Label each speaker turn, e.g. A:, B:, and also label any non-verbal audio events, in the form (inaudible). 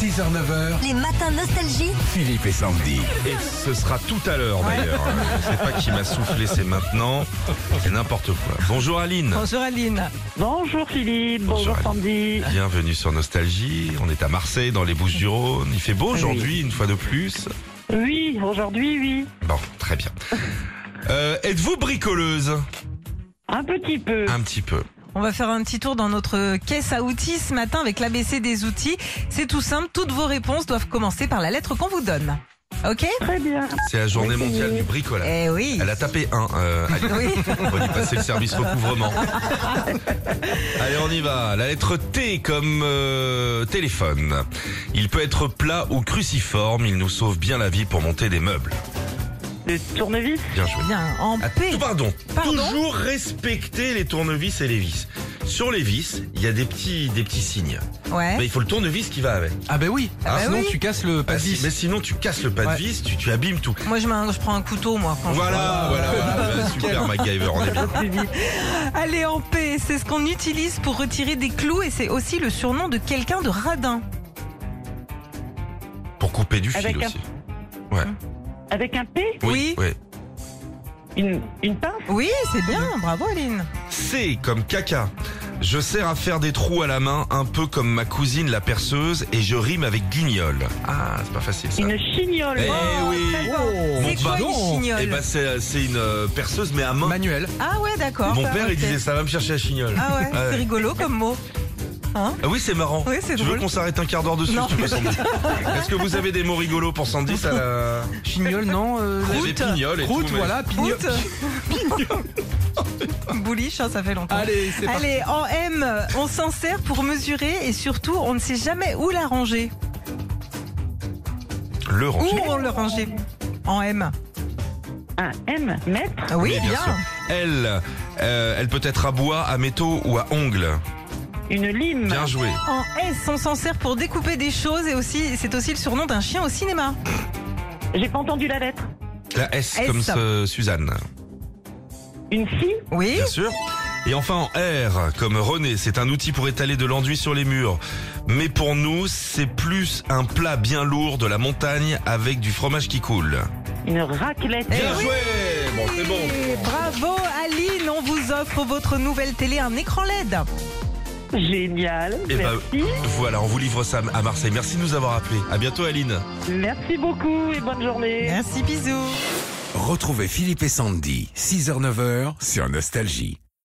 A: 6h, 9h,
B: Les matins nostalgie.
A: Philippe et Sandy.
C: Et ce sera tout à l'heure d'ailleurs. Je sais pas qui m'a soufflé, c'est maintenant. C'est n'importe quoi. Bonjour Aline.
D: Bonjour Aline.
E: Bonjour Philippe,
C: Bonjour,
E: bonjour,
C: Anne.
E: Sandy.
C: Bienvenue sur Nostalgie. On est à Marseille, dans les Bouches-du-Rhône. Il fait beau aujourd'hui, une fois de plus.
E: Oui, aujourd'hui, oui.
C: Bon, très bien. Euh, Êtes-vous bricoleuse
E: Un petit peu.
C: Un petit peu.
D: On va faire un petit tour dans notre caisse à outils ce matin avec l'ABC des outils. C'est tout simple, toutes vos réponses doivent commencer par la lettre qu'on vous donne. Ok
E: Très bien.
C: C'est la journée mondiale du bricolage.
D: Eh oui.
C: Ah. Elle a tapé un. euh, Aline. (laughs)
D: Oui.
C: on va lui passer le service recouvrement. Allez, on y va. La lettre T comme euh, téléphone. Il peut être plat ou cruciforme. Il nous sauve bien la vie pour monter des meubles.
E: Le tournevis
C: Bien joué.
D: Bien, en
C: Ah,
D: paix.
C: tout- pardon.
D: Pardon
C: Toujours respecter les tournevis et les vis. Sur les vis, il y a des petits, des petits signes.
D: Ouais.
C: Mais il faut le tournevis qui va avec.
A: Ah ben oui,
D: Ah bah
A: sinon
D: oui.
A: tu casses le
C: Ah,
A: pas
C: si- mais sinon, tu casses le pas
A: Ouais.
C: de vis, tu, tu abîmes tout.
D: Moi, je, mets un- je prends un couteau, moi. quand je-
C: Voilà, voilà, voilà. Bah, Super MacGyver, on est bien. (laughs)
D: Allez, en paix. C'est ce qu'on utilise pour retirer des clous et c'est aussi le surnom de quelqu'un de radin.
C: Pour couper du fil
E: Avec un-
C: aussi.
E: Avec un P
D: Oui.
C: ouais.
E: Une, une pince
D: Oui, c'est bien. Bravo, Aline.
C: C comme caca. Je sers à faire des trous à la main, un peu comme ma cousine la perceuse, et je rime avec guignol. Ah, c'est pas facile ça.
E: Une chignole
C: Eh oui.
D: Oh, C'est quoi
C: bah,
D: une
C: Eh
D: chignole
C: ben c'est c'est une euh, perceuse mais à main.
A: manuel.
D: Ah ouais, d'accord.
C: Mon père
D: Ok.
C: il disait ça va me chercher la chignole.
D: Ah ouais, c'est rigolo comme mot. Hein
C: Ah oui c'est marrant.
D: Oui, c'est
C: tu veux
D: drôle.
C: qu'on s'arrête un quart d'heure dessus
D: Non.
C: tu veux, Sandy Est-ce que vous avez des mots rigolos pour Sandy ça la...
A: Chignol, non. Euh,
C: Vous avez Ah, pignol et
A: croûte,
C: tout, mais-
A: voilà, pignol.
D: Route. Bouliche, hein, ça fait longtemps.
A: Allez, c'est parti.
D: Allez, en M, on s'en sert pour mesurer et surtout, on ne sait jamais où la ranger.
C: Le
D: Où
C: ranger.
D: on le ranger En M.
E: Un M, mètre
D: Ah oui,
C: Oui,
D: bien.
C: sûr. Elle, euh, elle peut être à bois, à métaux ou à ongles.
E: Une lime
D: Bah.
C: Bien joué.
D: En S, on s'en sert pour découper des choses et aussi, c'est aussi le surnom d'un chien au cinéma.
E: J'ai pas entendu la lettre.
C: La S,
D: S.
C: comme ce- Suzanne.
E: Une scie
D: Oui.
C: Bien sûr. Et enfin en R, comme René, c'est un outil pour étaler de l'enduit sur les murs. Mais pour nous, c'est plus un plat bien lourd de la montagne avec du fromage qui coule.
E: Une raclette
C: Bien joué Bon, c'est bon.
D: Et Eh Bravo Aline, on vous offre votre nouvelle télé, un écran E LED.
E: Génial
C: Eh ben,
E: Merci
C: voilà, on vous livre ça à Marseille. Merci de nous avoir appelés. À bientôt Aline.
E: Merci beaucoup et bonne journée
D: Merci, bisous.
A: Retrouvez Philippe et Sandy, 6h, 9h sur Nostalgie.